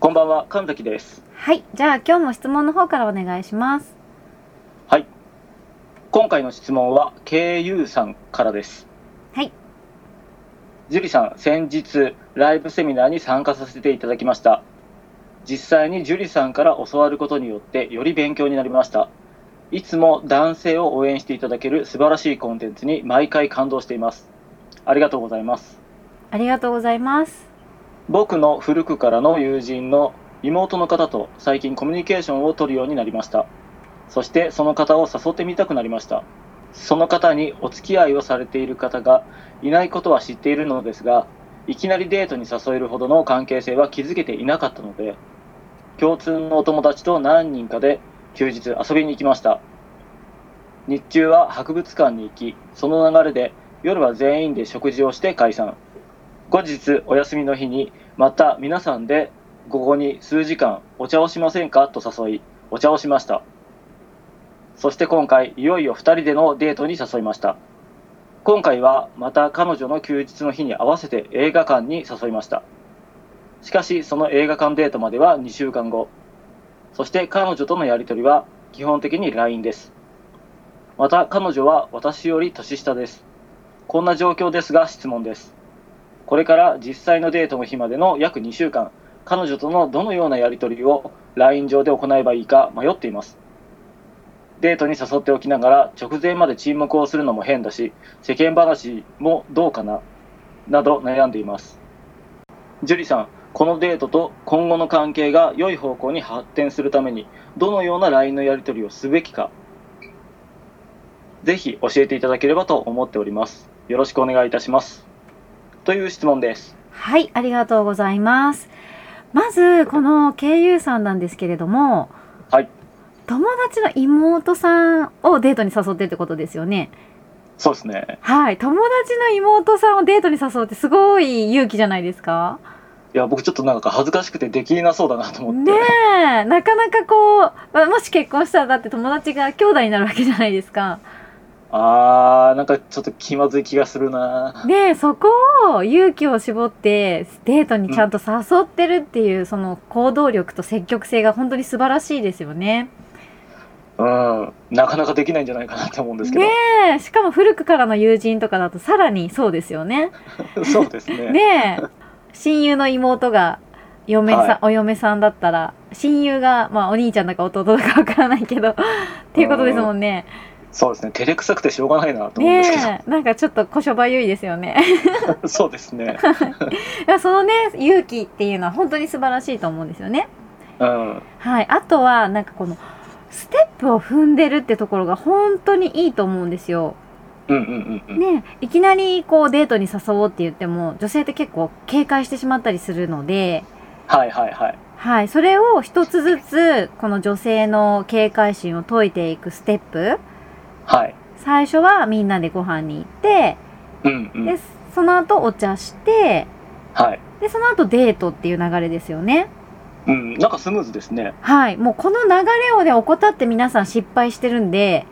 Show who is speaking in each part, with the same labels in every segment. Speaker 1: こんばんは、神崎です。
Speaker 2: はい、じゃあ今日も質問の方からお願いします。
Speaker 1: はい。今回の質問は、KU さんからです。
Speaker 2: はい。
Speaker 1: ジュリさん、先日、ライブセミナーに参加させていただきました。実際にジュリさんから教わることによって、より勉強になりました。いつも男性を応援していただける素晴らしいコンテンツに毎回感動しています。ありがとうございます。
Speaker 2: ありがとうございます。
Speaker 1: 僕の古くからの友人の妹の方と最近コミュニケーションを取るようになりましたそしてその方を誘ってみたくなりましたその方にお付き合いをされている方がいないことは知っているのですがいきなりデートに誘えるほどの関係性は築けていなかったので共通のお友達と何人かで休日遊びに行きました日中は博物館に行きその流れで夜は全員で食事をして解散後日お休みの日にまた皆さんで午後に数時間お茶をしませんかと誘いお茶をしましたそして今回いよいよ2人でのデートに誘いました今回はまた彼女の休日の日に合わせて映画館に誘いましたしかしその映画館デートまでは2週間後そして彼女とのやり取りは基本的に LINE ですまた彼女は私より年下ですこんな状況ですが質問ですこれから実際のデートの日までの約2週間、彼女とのどのようなやり取りを LINE 上で行えばいいか迷っています。デートに誘っておきながら直前まで沈黙をするのも変だし、世間話もどうかな、など悩んでいます。ジュリさん、このデートと今後の関係が良い方向に発展するために、どのような LINE のやり取りをすべきか、ぜひ教えていただければと思っております。よろしくお願いいたします。という質問です。
Speaker 2: はい、ありがとうございます。まず、この KU さんなんですけれども、
Speaker 1: はい。
Speaker 2: 友達の妹さんをデートに誘ってってことですよね。
Speaker 1: そうですね。
Speaker 2: はい、友達の妹さんをデートに誘うってすごい勇気じゃないですか
Speaker 1: いや、僕ちょっとなんか恥ずかしくてできなそうだなと思っ
Speaker 2: ね
Speaker 1: て。
Speaker 2: え、なかなかこうま、もし結婚したらだって友達が兄弟になるわけじゃないですか。
Speaker 1: あー、なんかちょっと気まずい気がするな
Speaker 2: ねえ、そこを勇気を絞ってデートにちゃんと誘ってるっていう、その行動力と積極性が本当に素晴らしいですよね。
Speaker 1: うん。なかなかできないんじゃないかなって思うんですけど。
Speaker 2: ねえ、しかも古くからの友人とかだとさらにそうですよね。
Speaker 1: そうですね。
Speaker 2: ねえ、親友の妹が嫁さん、
Speaker 1: はい
Speaker 2: お嫁さんだったら、親友が、まあお兄ちゃんだか弟だかわからないけど、っていうことですもんね。
Speaker 1: そうですね。照れくさくてしょうがないなと思うんですけ
Speaker 2: ねえ、なんかちょっと小商売優いですよね。
Speaker 1: ど。そうですね。
Speaker 2: いやそのね、勇気っていうのは本当に素晴らしいと思うんですよね。
Speaker 1: うん。
Speaker 2: はい、あとはなんかこのステップを踏んでるってところが本当にいいと思うんですよ。
Speaker 1: うんうんうんうん。
Speaker 2: ね、いきなりこうデートに誘おうって言っても女性って結構警戒してしまったりするので、
Speaker 1: はいはいはい。
Speaker 2: はい、それを一つずつこの女性の警戒心を解いていくステップ。
Speaker 1: はい。
Speaker 2: 最初はみんなでご飯に行って、
Speaker 1: うんうん。
Speaker 2: で、その後お茶して、
Speaker 1: はい。
Speaker 2: で、その後デートっていう流れですよね。
Speaker 1: うん。なんかスムーズですね。
Speaker 2: はい。もうこの流れをね、怠って皆さん失敗してるんで、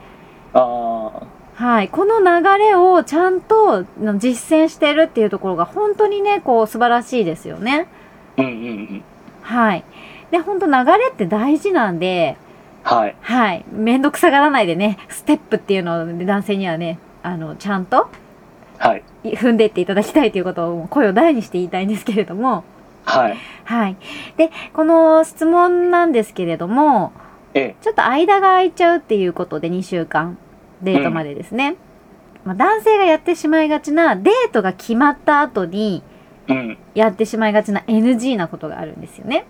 Speaker 1: あ
Speaker 3: はい。この流れをちゃんとの実践してるっていうところが本当にね、こう素晴らしいですよね。
Speaker 1: うんうんうん。
Speaker 3: はい。で、本当流れって大事なんで、
Speaker 1: はい。
Speaker 3: はい。めんどくさがらないでね、ステップっていうのを男性にはね、あの、ちゃんと
Speaker 1: はい。
Speaker 3: 踏んでいっていただきたいということを声を大にして言いたいんですけれども、
Speaker 1: はい。
Speaker 3: はい。で、この質問なんですけれども、
Speaker 1: ええ。
Speaker 3: ちょっと間が空いちゃうっていうことで2週間デートまでですね、まあ、男性がやってしまいがちなデートが決まった後に
Speaker 1: うん。
Speaker 3: やってしまいがちな NG なことがあるんですよね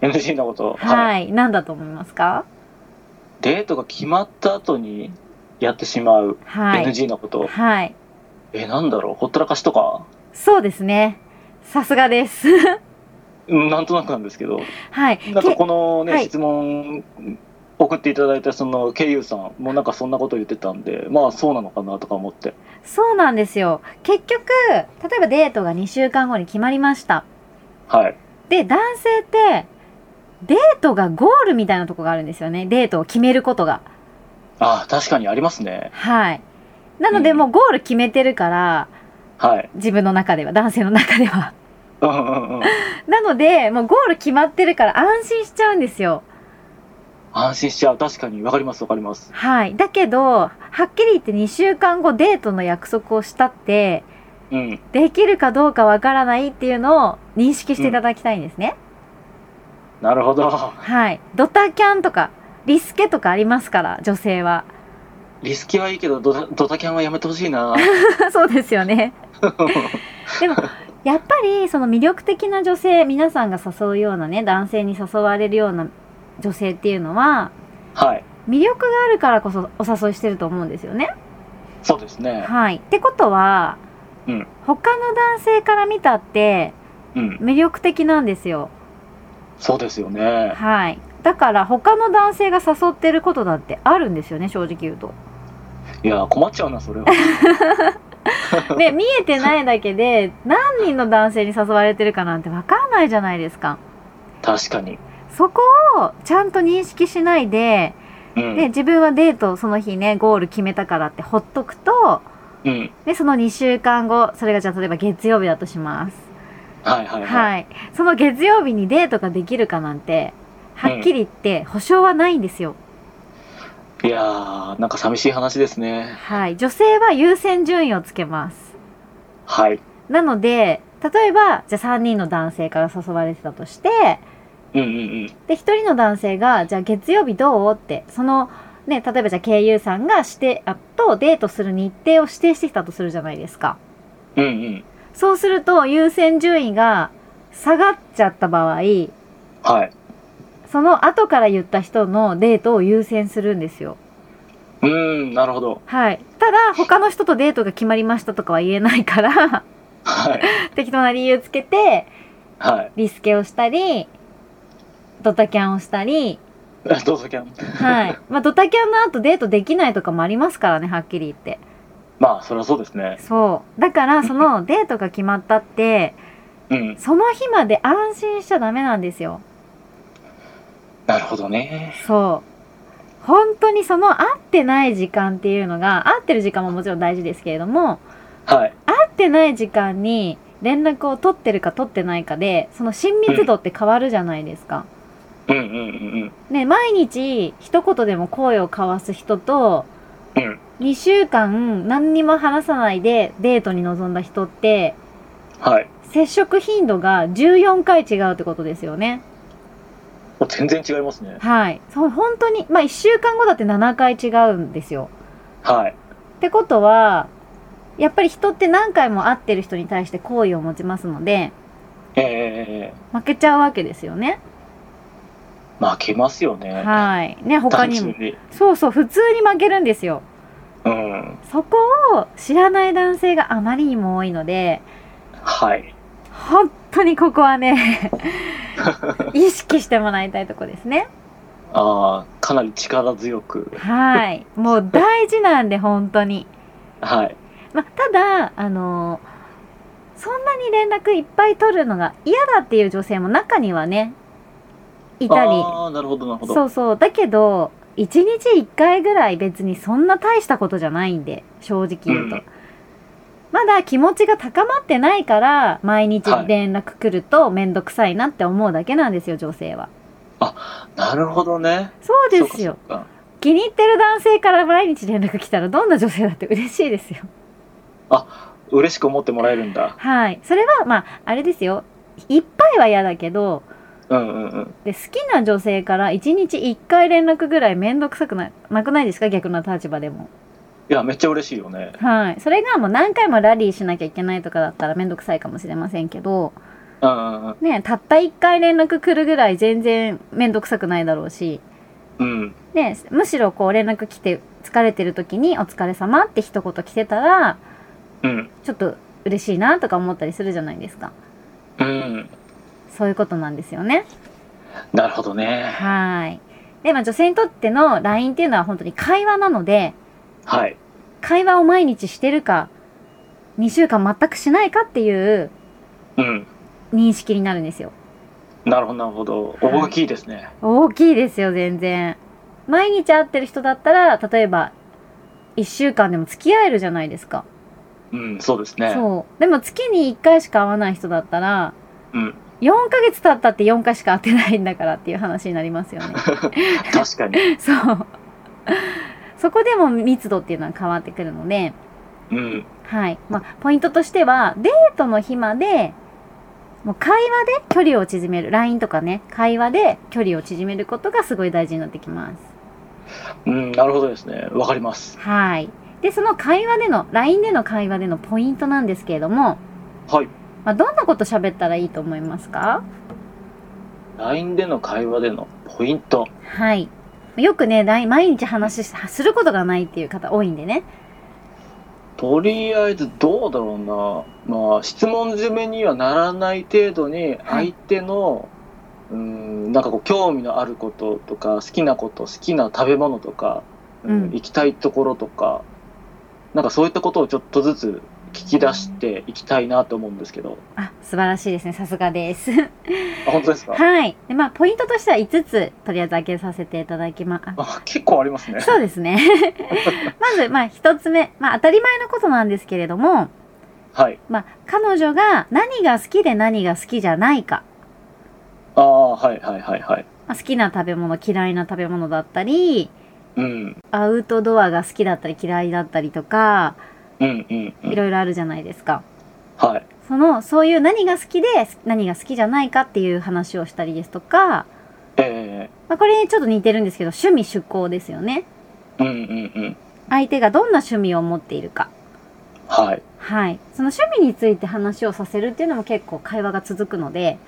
Speaker 1: NG のこと。い。
Speaker 3: はい何だと思いますか
Speaker 1: デートが決まった後にやってしまう
Speaker 3: はい
Speaker 1: NG のこと。
Speaker 3: はい
Speaker 1: え、なんだろうほったらかしとか
Speaker 3: そうですねさすがです
Speaker 1: うんなんとなくなんですけど。
Speaker 3: はい
Speaker 1: なんか
Speaker 3: け
Speaker 1: このね、
Speaker 3: はい
Speaker 1: 質問送っていただいたそのケイユさんもなんかそんなこと言ってたんで、まあそうなのかなとか思って。
Speaker 3: そうなんですよ結局例えばデートが2週間後に決まりました
Speaker 1: はい。
Speaker 3: で男性ってデートがゴールみたいなとこがあるんですよねデートを決めることが
Speaker 1: ああ、確かにありますね。
Speaker 3: はい。なので、
Speaker 1: うん
Speaker 3: もうゴール決めてるから、
Speaker 1: はい。
Speaker 3: 自分の中では、男性の中では。
Speaker 1: うんうんうん。
Speaker 3: なので、もうゴール決まってるから安心しちゃうんですよ。
Speaker 1: 安心しちゃう。確かに。わかります、わかります。
Speaker 3: はい。だけど、はっきり言って2週間後デートの約束をしたって、
Speaker 1: うん。
Speaker 3: できるかどうかわからないっていうのを認識していただきたいんですね。
Speaker 1: なるほど。
Speaker 3: はい。ドタキャンとか、リスケとかありますから、女性は。
Speaker 1: リスキはいいけど、ドタドタキャンはやめてほしいな。
Speaker 3: そうです よね。でもやっぱりその魅力的な女性皆さんが誘うようなね男性に誘われるような女性っていうのは
Speaker 1: はい。
Speaker 3: 魅力があるからこそお誘いしてると思うんですよね。
Speaker 1: そうですね。
Speaker 3: はい、ってことは、
Speaker 1: うん
Speaker 3: 他の男性から見たって
Speaker 1: うん。
Speaker 3: 魅力的なんですよ。
Speaker 1: そうですよね。
Speaker 3: はい、だから他の男性が誘ってることだってあるんですよね正直言うと。
Speaker 1: いや、困っちゃうな、それは。
Speaker 3: で見えてないだけで何人の男性に誘われてるかなんて分かんないじゃないですか。
Speaker 1: 確かに。
Speaker 3: そこをちゃんと認識しないで
Speaker 1: う
Speaker 3: で
Speaker 1: ん。
Speaker 3: 自分はデートをその日ねゴール決めたからってほっとくと
Speaker 1: うん。
Speaker 3: でその2週間後それがじゃあ例えば月曜日だとします、
Speaker 1: はいはいはい。
Speaker 3: はい、その月曜日にデートができるかなんてはっきり言って保証はないんですよ、
Speaker 1: いやー、なんか寂しい話ですね。
Speaker 3: はい、女性は優先順位をつけます
Speaker 1: はい。
Speaker 3: なので例えばじゃあ3人の男性から誘われてたとして
Speaker 1: うんうん
Speaker 3: で1人の男性が「じゃあ月曜日どう?」ってそのね例えばじゃあ KU さんがしてあとデートする日程を指定してきたとするじゃないですか
Speaker 1: うん。うんうん。
Speaker 3: そうすると優先順位が下がっちゃった場合
Speaker 1: はい。
Speaker 3: その後から言った人のデートを優先するんですよ
Speaker 1: うーん、なるほど。
Speaker 3: はいただ他の人とデートが決まりましたとかは言えないから
Speaker 1: はい。
Speaker 3: 適当な理由つけて
Speaker 1: はい。
Speaker 3: リスケをしたりドタキャンをしたり
Speaker 1: ドタキャン。
Speaker 3: はい。まあ、ドタキャンの後デートできないとかもありますからね、はっきり言って。
Speaker 1: まあ、そりゃそうですね。
Speaker 3: そう。だから、そのデートが決まったって、
Speaker 1: うん。
Speaker 3: その日まで安心しちゃダメなんですよ。
Speaker 1: なるほどね。
Speaker 3: そう。本当にその合ってない時間っていうのが、合ってる時間ももちろん大事ですけれども、
Speaker 1: はい。
Speaker 3: 合ってない時間に連絡を取ってるか取ってないかで、その親密度って変わるじゃないですか。
Speaker 1: うんうんうん
Speaker 3: ね、毎日一言でも声を交わす人と、
Speaker 1: うん。うん。
Speaker 3: 2週間何にも話さないでデートに臨んだ人って
Speaker 1: はい。
Speaker 3: 接触頻度が14回違うってことですよね
Speaker 1: もう全然違いますね。
Speaker 3: はいそう本当にまあ1週間後だって7回違うんですよ
Speaker 1: はい。
Speaker 3: ってことはやっぱり人って何回も会ってる人に対して好意を持ちますので
Speaker 1: ええ
Speaker 3: 負けちゃうわけですよね
Speaker 1: 負けますよね。
Speaker 3: はいね他
Speaker 1: 単
Speaker 3: に
Speaker 1: 純
Speaker 3: も
Speaker 1: に。
Speaker 3: そうそう普通に負けるんですよ
Speaker 1: うん。
Speaker 3: そこを知らない男性があまりにも多いので
Speaker 1: はい。
Speaker 3: 本当にここは ね意識してもらいたいとこですね
Speaker 1: ああ、かなり力強く。
Speaker 3: はいもう大事なんで本当に
Speaker 1: はい。
Speaker 3: まあただあのそんなに連絡いっぱい取るのが嫌だっていう女性も中にはねいたり
Speaker 1: ああ、なるほど、なるほど。
Speaker 3: そうそうだけど1日1回ぐらい別にそんな大したことじゃないんで、正直言うと。
Speaker 1: うん
Speaker 3: まだ気持ちが高まってないから、毎日
Speaker 1: はい
Speaker 3: 連絡来るとめんどくさいなって思うだけなんですよ、女性は。
Speaker 1: なるほどね。
Speaker 3: そうですよ。
Speaker 1: そうか
Speaker 3: 気に入ってる男性から毎日連絡来たら、どんな女性だって嬉しいですよ。
Speaker 1: そうか嬉しく思ってもらえるんだ。
Speaker 3: はい。それは、まあ、あれですよ。いっぱいは嫌だけど、
Speaker 1: うんうんうん。
Speaker 3: で好きな女性から1日1回連絡ぐらい面倒くさくななくないですか逆の立場でも
Speaker 1: いや、めっちゃ嬉しいよね。
Speaker 3: はいそれがもう何回もラリーしなきゃいけないとかだったら面倒くさいかもしれませんけど
Speaker 1: うんうん
Speaker 3: ねたった1回連絡来るぐらい全然面倒くさくないだろうし
Speaker 1: うん。うん。
Speaker 3: ねむしろこう連絡来て疲れてる時に「お疲れ様って一言来てたら
Speaker 1: うん。
Speaker 3: ちょっと嬉しいなとか思ったりするじゃないですか
Speaker 1: うん。
Speaker 3: そういうことなんですよね
Speaker 1: なるほどね。
Speaker 3: はいでまあ女性にとっての LINE っていうのは本当に会話なので
Speaker 1: はい。
Speaker 3: 会話を毎日してるか、2週間全くしないかっていう
Speaker 1: うん。
Speaker 3: 認識になるんですよ。
Speaker 1: なるほど、なるほど。大きいですね。
Speaker 3: 大きいですよ、全然。毎日会ってる人だったら、例えば、1週間でも付き合えるじゃないですか。
Speaker 1: うん、そうですね。
Speaker 3: そう。でも月に1回しか会わない人だったら、
Speaker 1: うん。
Speaker 3: 4ヶ月経ったって4回しか会ってないんだからっていう話になりますよね。
Speaker 1: 確かに。
Speaker 3: そう。そこでも密度っていうのは変わってくるので、
Speaker 1: うん。
Speaker 3: はい。まあ、ポイントとしては、デートの日まで、もう会話で距離を縮める。LINE とかね、会話で距離を縮めることがすごい大事になってきます。
Speaker 1: うん、なるほどですね。わかります。
Speaker 3: はい。で、その会話での、LINE での会話でのポイントなんですけれども、
Speaker 1: はい。
Speaker 3: まあ、どんなこと喋ったらいいと思いますか
Speaker 1: LINE での会話でのポイント。
Speaker 3: はい。よくね、LINE、毎日話しすることがないっていう方多いんでね。
Speaker 1: とりあえずどうだろうな、まあ、質問攻めにはならない程度に
Speaker 3: は
Speaker 1: 相
Speaker 3: い
Speaker 1: 手の、うーんなんかこう興味のあることとか好きなこと好きな食べ物とか、うん
Speaker 3: うん
Speaker 1: 行きたいところとかなんかそういったことをちょっとずつ聞き出していきたいなと思うんですけど
Speaker 3: あ、素晴らしいですね。さすがです。
Speaker 1: あ本当ですか
Speaker 3: はい。で、まあ、ポイントとしては5つ、とりあえず挙げさせていただきます。
Speaker 1: あ結構ありますね。
Speaker 3: そうですね。 まず、まあ、一つ目。まあ、当たり前のことなんですけれども、
Speaker 1: はい、
Speaker 3: まあ、彼女が何が好きで何が好きじゃないか。
Speaker 1: ああはいはいはいはい。
Speaker 3: まあ、好きな食べ物、嫌いな食べ物だったり、
Speaker 1: うん
Speaker 3: アウトドアが好きだったり嫌いだったりとか、
Speaker 1: うんうん、う
Speaker 3: い
Speaker 1: ん、
Speaker 3: ろいろあるじゃないですか。
Speaker 1: はい
Speaker 3: その、そういう何が好きで、何が好きじゃないかっていう話をしたりですとか、
Speaker 1: え
Speaker 3: まあ、これちょっと似てるんですけど、趣味趣向ですよね。
Speaker 1: ー、うんうんうん
Speaker 3: 相手がどんな趣味を持っているか。
Speaker 1: はい
Speaker 3: はい。その趣味について話をさせるっていうのも結構会話が続くので、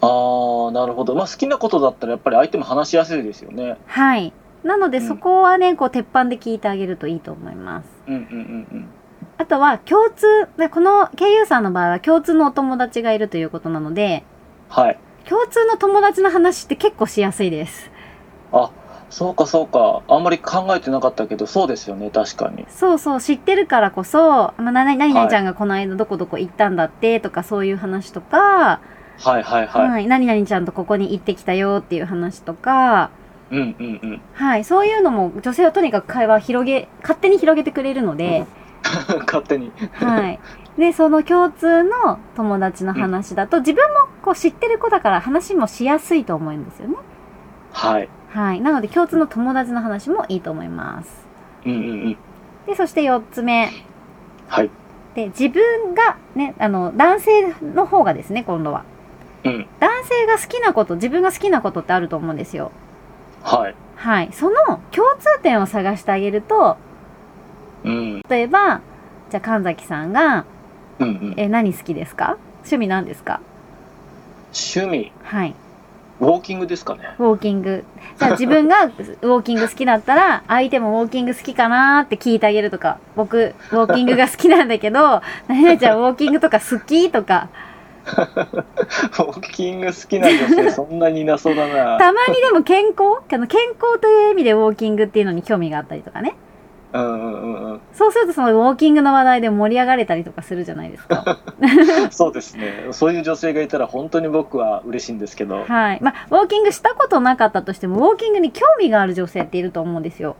Speaker 1: ああ、なるほど。まあ、好きなことだったらやっぱり相手も話しやすいですよね。
Speaker 3: はい。なので
Speaker 1: うん
Speaker 3: そこはね、こう鉄板で聞いてあげるといいと思います。
Speaker 1: うんうんうん
Speaker 3: あとは共通、でこの KU さんの場合は共通のお友達がいるということなので、
Speaker 1: うん。はい。
Speaker 3: 共通の友達の話って結構しやすいです。
Speaker 1: あ、そうかそうか。あんまり考えてなかったけど、そうですよね。確かに。
Speaker 3: そうそう、知ってるからこそ、まあ、なな、なになにちゃんがこの間どこどこ行ったんだってとかそういう話とか、
Speaker 1: はいはい
Speaker 3: はい、
Speaker 1: はい。
Speaker 3: なになにちゃんとここに行ってきたよっていう話とか、
Speaker 1: うんうんうん。
Speaker 3: はい、そういうのも女性はとにかく会話を広げ、勝手に広げてくれるので、
Speaker 1: 勝手に。
Speaker 3: はい。で、その共通の友達の話だと、自分もこう知ってる子だから話もしやすいと思うんですよね。
Speaker 1: はい。
Speaker 3: はい。なので、共通の友達の話もいいと思います。
Speaker 1: うんうんうん。
Speaker 3: で、そして4つ目。
Speaker 1: はい。
Speaker 3: で、自分がね、あの、男性の方がですね、今度は。
Speaker 1: うん。
Speaker 3: 男性が好きなこと、自分が好きなことってあると思うんですよ。
Speaker 1: はい。
Speaker 3: はい。その共通点を探してあげると、
Speaker 1: うん。
Speaker 3: 例えば、じゃあ神崎さんが、
Speaker 1: うんうん。
Speaker 3: え、何好きですか趣味何ですか
Speaker 1: 趣味、
Speaker 3: はい。
Speaker 1: ウォーキングですかね。
Speaker 3: ウォーキング。じゃあ自分がウォーキング好きだったら、相手もウォーキング好きかなーって聞いてあげるとか、僕、ウォーキングが好きなんだけど、 なになちゃんウォーキングとか好きとか、
Speaker 1: ウォーキング好きな女性、そんなにいなそうだな。
Speaker 3: たまにでも健康あの健康という意味でウォーキングっていうのに興味があったりとかね。
Speaker 1: うんうんうん
Speaker 3: そうするとそのウォーキングの話題で盛り上がれたりとかするじゃないですか。
Speaker 1: うん。そうですね。そういう女性がいたら本当に僕は嬉しいんですけど。
Speaker 3: はい。まあ、ウォーキングしたことなかったとしても、ウォーキングに興味がある女性っていると思うんですよ。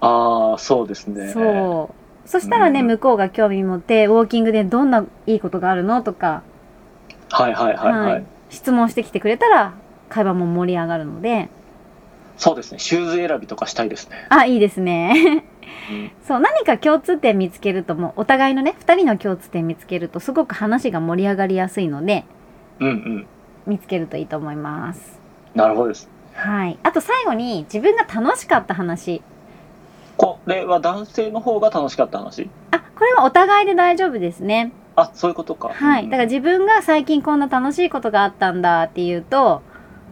Speaker 1: ああ、そうですね。
Speaker 3: そう。そしたらね、
Speaker 1: うん
Speaker 3: 向こうが興味持って、ウォーキングでどんないいことがあるのとか、
Speaker 1: はいはいはいはい。
Speaker 3: はい質問してきてくれたら、会話も盛り上がるので、
Speaker 1: そうですね。シューズ選びとかしたいですね。
Speaker 3: あ、いいですね。
Speaker 1: うん
Speaker 3: そう、何か共通点見つけるともう、お互いのね、二人の共通点見つけると、すごく話が盛り上がりやすいので、
Speaker 1: うんうん。
Speaker 3: 見つけるといいと思います。
Speaker 1: なるほどです。
Speaker 3: はい。あと最後に、自分が楽しかった話。
Speaker 1: これは男性の方が楽しかった話
Speaker 3: あ、これはお互いで大丈夫ですね。
Speaker 1: あ、そういうことか。
Speaker 3: はい。だから自分が最近こんな楽しいことがあったんだっていうと、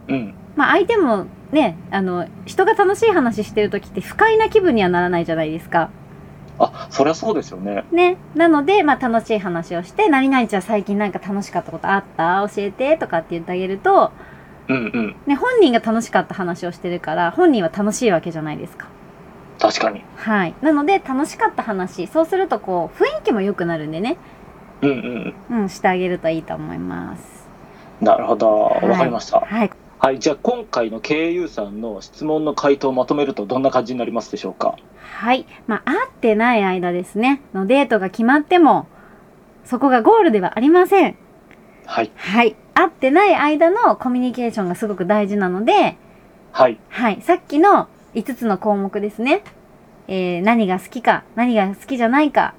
Speaker 1: うん。
Speaker 3: まあ相手もね、あの、人が楽しい話してる時って不快な気分にはならないじゃないですか。
Speaker 1: あ、そりゃそうですよね。
Speaker 3: ね。なので、まあ楽しい話をして、何々ちゃん最近なんか楽しかったことあった教えてとかって言ってあげると、
Speaker 1: うんうん。
Speaker 3: ね、本人が楽しかった話をしてるから、本人は楽しいわけじゃないですか。
Speaker 1: 確かに。
Speaker 3: はい。なので、楽しかった話、そうするとこう、雰囲気も良くなるんでね、
Speaker 1: うんうん。
Speaker 3: うん、してあげるといいと思います。
Speaker 1: なるほど。
Speaker 3: はい
Speaker 1: わかりました。
Speaker 3: はい。
Speaker 1: はい。じゃあ今回の KU さんの質問の回答をまとめるとどんな感じになりますでしょうか
Speaker 3: はい。まあ、会ってない間ですね、のデートが決まっても、そこがゴールではありません。
Speaker 1: はい。
Speaker 3: はい。会ってない間のコミュニケーションがすごく大事なので、
Speaker 1: はい。
Speaker 3: はい。さっきの5つの項目ですね。えー、何が好きか、何が好きじゃないか。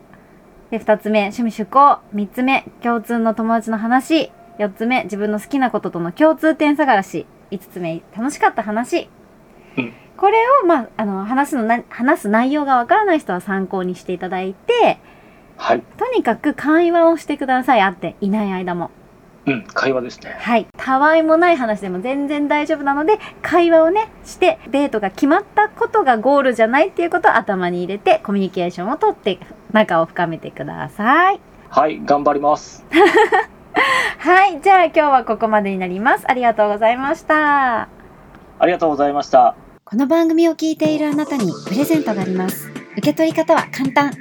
Speaker 3: で、2つ目、趣味趣向。3つ目、共通の友達の話。4つ目、自分の好きなこととの共通点探し。5つ目、楽しかった話
Speaker 1: うん。
Speaker 3: これを、まあ、あの、話すのな、話す内容がわからない人は参考にしていただいて、
Speaker 1: はい。
Speaker 3: とにかく会話をしてください。会っていない間も。
Speaker 1: うん。会話ですね。
Speaker 3: はい。たわいもない話でも全然大丈夫なので、会話をね、して、デートが決まったことがゴールじゃないっていうことを頭に入れて、コミュニケーションをとって、仲を深めてください。
Speaker 1: はい。頑張ります。
Speaker 3: はい。じゃあ今日はここまでになります。ありがとうございました。
Speaker 1: ありがとうございました。
Speaker 2: この番組を聞いているあなたにプレゼントがあります。受け取り方は簡単。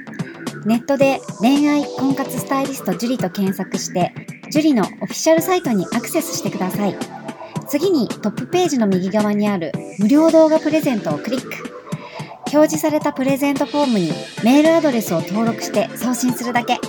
Speaker 2: ネットで恋愛婚活スタイリスト樹と検索して、樹のオフィシャルサイトにアクセスしてください。次にトップページの右側にある無料動画プレゼントをクリック。表示されたプレゼントフォームにメールアドレスを登録して送信するだけ。ポ